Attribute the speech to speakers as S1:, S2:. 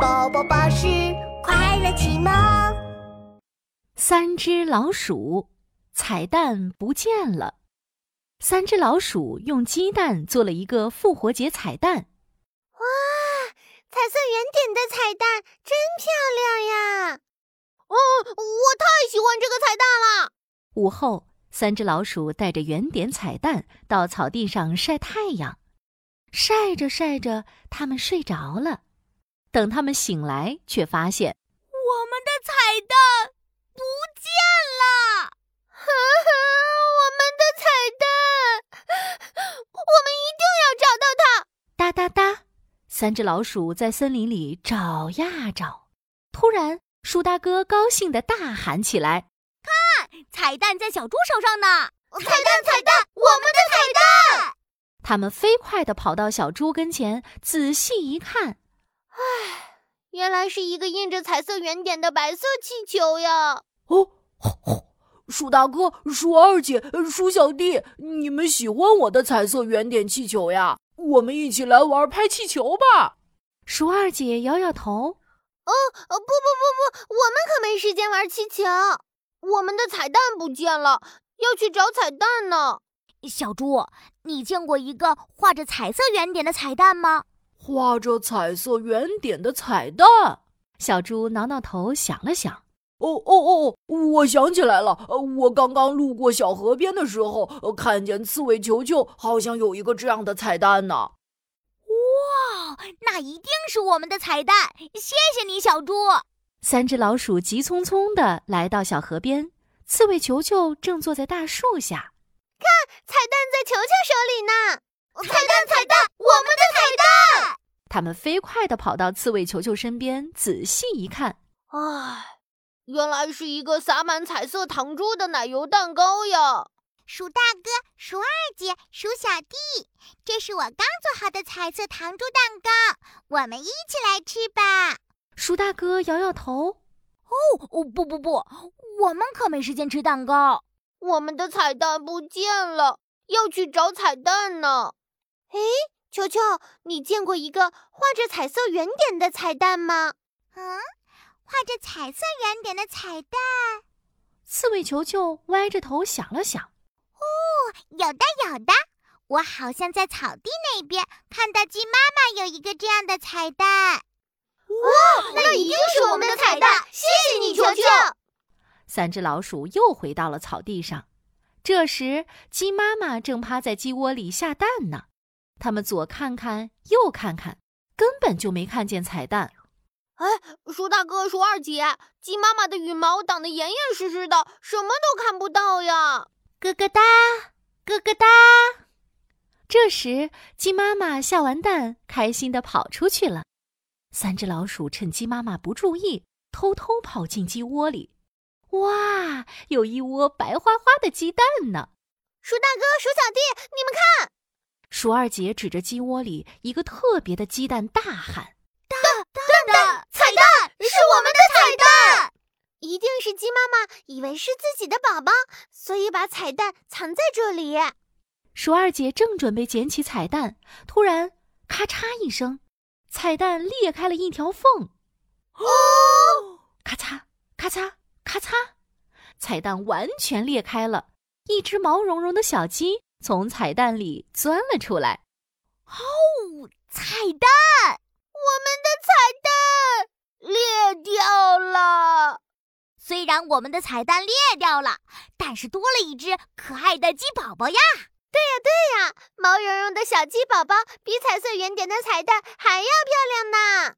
S1: 宝宝巴士快乐启蒙。
S2: 三只老鼠，彩蛋不见了。三只老鼠用鸡蛋做了一个复活节彩蛋，
S1: 彩色圆点的彩蛋真漂亮呀！嗯，我太喜欢这个彩蛋了。
S2: 午后，三只老鼠带着圆点彩蛋到草地上晒太阳，晒着晒着，它们睡着了。等它们醒来，却发现
S1: 我们的彩蛋不见了！呵呵， 我们的彩蛋，我们一定要找到它。
S2: 哒哒哒，三只老鼠在森林里找呀找。突然，树大哥高兴地大喊起来。
S1: 彩蛋在小猪手上呢！彩蛋，彩蛋，我们的彩蛋！
S2: 他们飞快地跑到小猪跟前，仔细一看，
S1: 原来是一个印着彩色圆点的白色气球呀！
S3: 哦，吼吼鼠大哥、鼠二姐、鼠小弟，你们喜欢我的彩色圆点气球呀？我们一起来玩拍气球吧！
S2: 鼠二姐摇摇头。
S1: 呃，不不不不，我们可没时间玩气球，我们的彩蛋不见了，要去找彩蛋呢。小猪，你见过一个画着彩色圆点的彩蛋吗？
S3: 画着彩色圆点的彩蛋。
S2: 小猪挠挠头，想了想，
S3: 哦哦哦！我想起来了，呃我刚刚路过小河边的时候，呃看见刺猬球球好像有一个这样的彩蛋呢。
S1: 哦，那一定是我们的彩蛋！谢谢你，小猪。
S2: 三只老鼠急匆匆地来到小河边，刺猬球球正坐在大树下。
S1: 彩蛋在球球手里呢！彩蛋，彩蛋，我们的彩蛋！
S2: 他们飞快地跑到刺猬球球身边，仔细一看，
S1: 唉，原来是一个撒满彩色糖珠的奶油蛋糕呀！
S4: 鼠大哥、鼠二姐、鼠小弟，这是我刚做好的彩色糖珠蛋糕，我们一起来吃吧。
S2: 鼠大哥摇摇头。
S1: 哦，不不不，我们可没时间吃蛋糕。我们的彩蛋不见了，要去找彩蛋呢。诶，球球，你见过一个画着彩色圆点的彩蛋吗？
S4: 嗯，画着彩色圆点的彩蛋，
S2: 刺猬球球歪着头想了想，
S4: 有的有的。我好像在草地那边看到鸡妈妈有一个这样的彩蛋。
S1: 那一定是我们的彩蛋！谢谢你，球球。
S2: 三只老鼠又回到了草地上。这时，鸡妈妈正趴在鸡窝里下蛋呢。它们左看看，右看看，根本就没看见彩蛋。
S1: 鼠哎大哥、鼠二姐，鸡妈妈的羽毛挡得严严实实的，什么都看不到呀。
S2: 咯咯哒，咯咯哒。这时，鸡妈妈下完蛋，开心地跑出去了。三只老鼠趁鸡妈妈不注意，偷偷跑进鸡窝里。哇，有一窝白花花的鸡蛋呢！
S1: 鼠大哥、鼠小弟，你们看，
S2: 鼠二姐指着鸡窝里一个特别的鸡蛋大喊。
S1: 彩蛋是我们的彩蛋，一定是鸡妈妈以为是自己的宝宝，所以把彩蛋藏在这里。
S2: 鼠二姐正准备捡起彩蛋，突然咔嚓一声，彩蛋裂开了一条缝。哦！咔嚓咔嚓咔嚓，彩蛋完全裂开了，一只毛茸茸的小鸡从彩蛋里钻了出来。
S1: 彩蛋，我们的彩蛋裂掉了。
S4: 虽然我们的彩蛋裂掉了，但是多了一只可爱的鸡宝宝呀！
S1: 毛茸茸的小鸡宝宝比彩色圆点的彩蛋还要漂亮呢。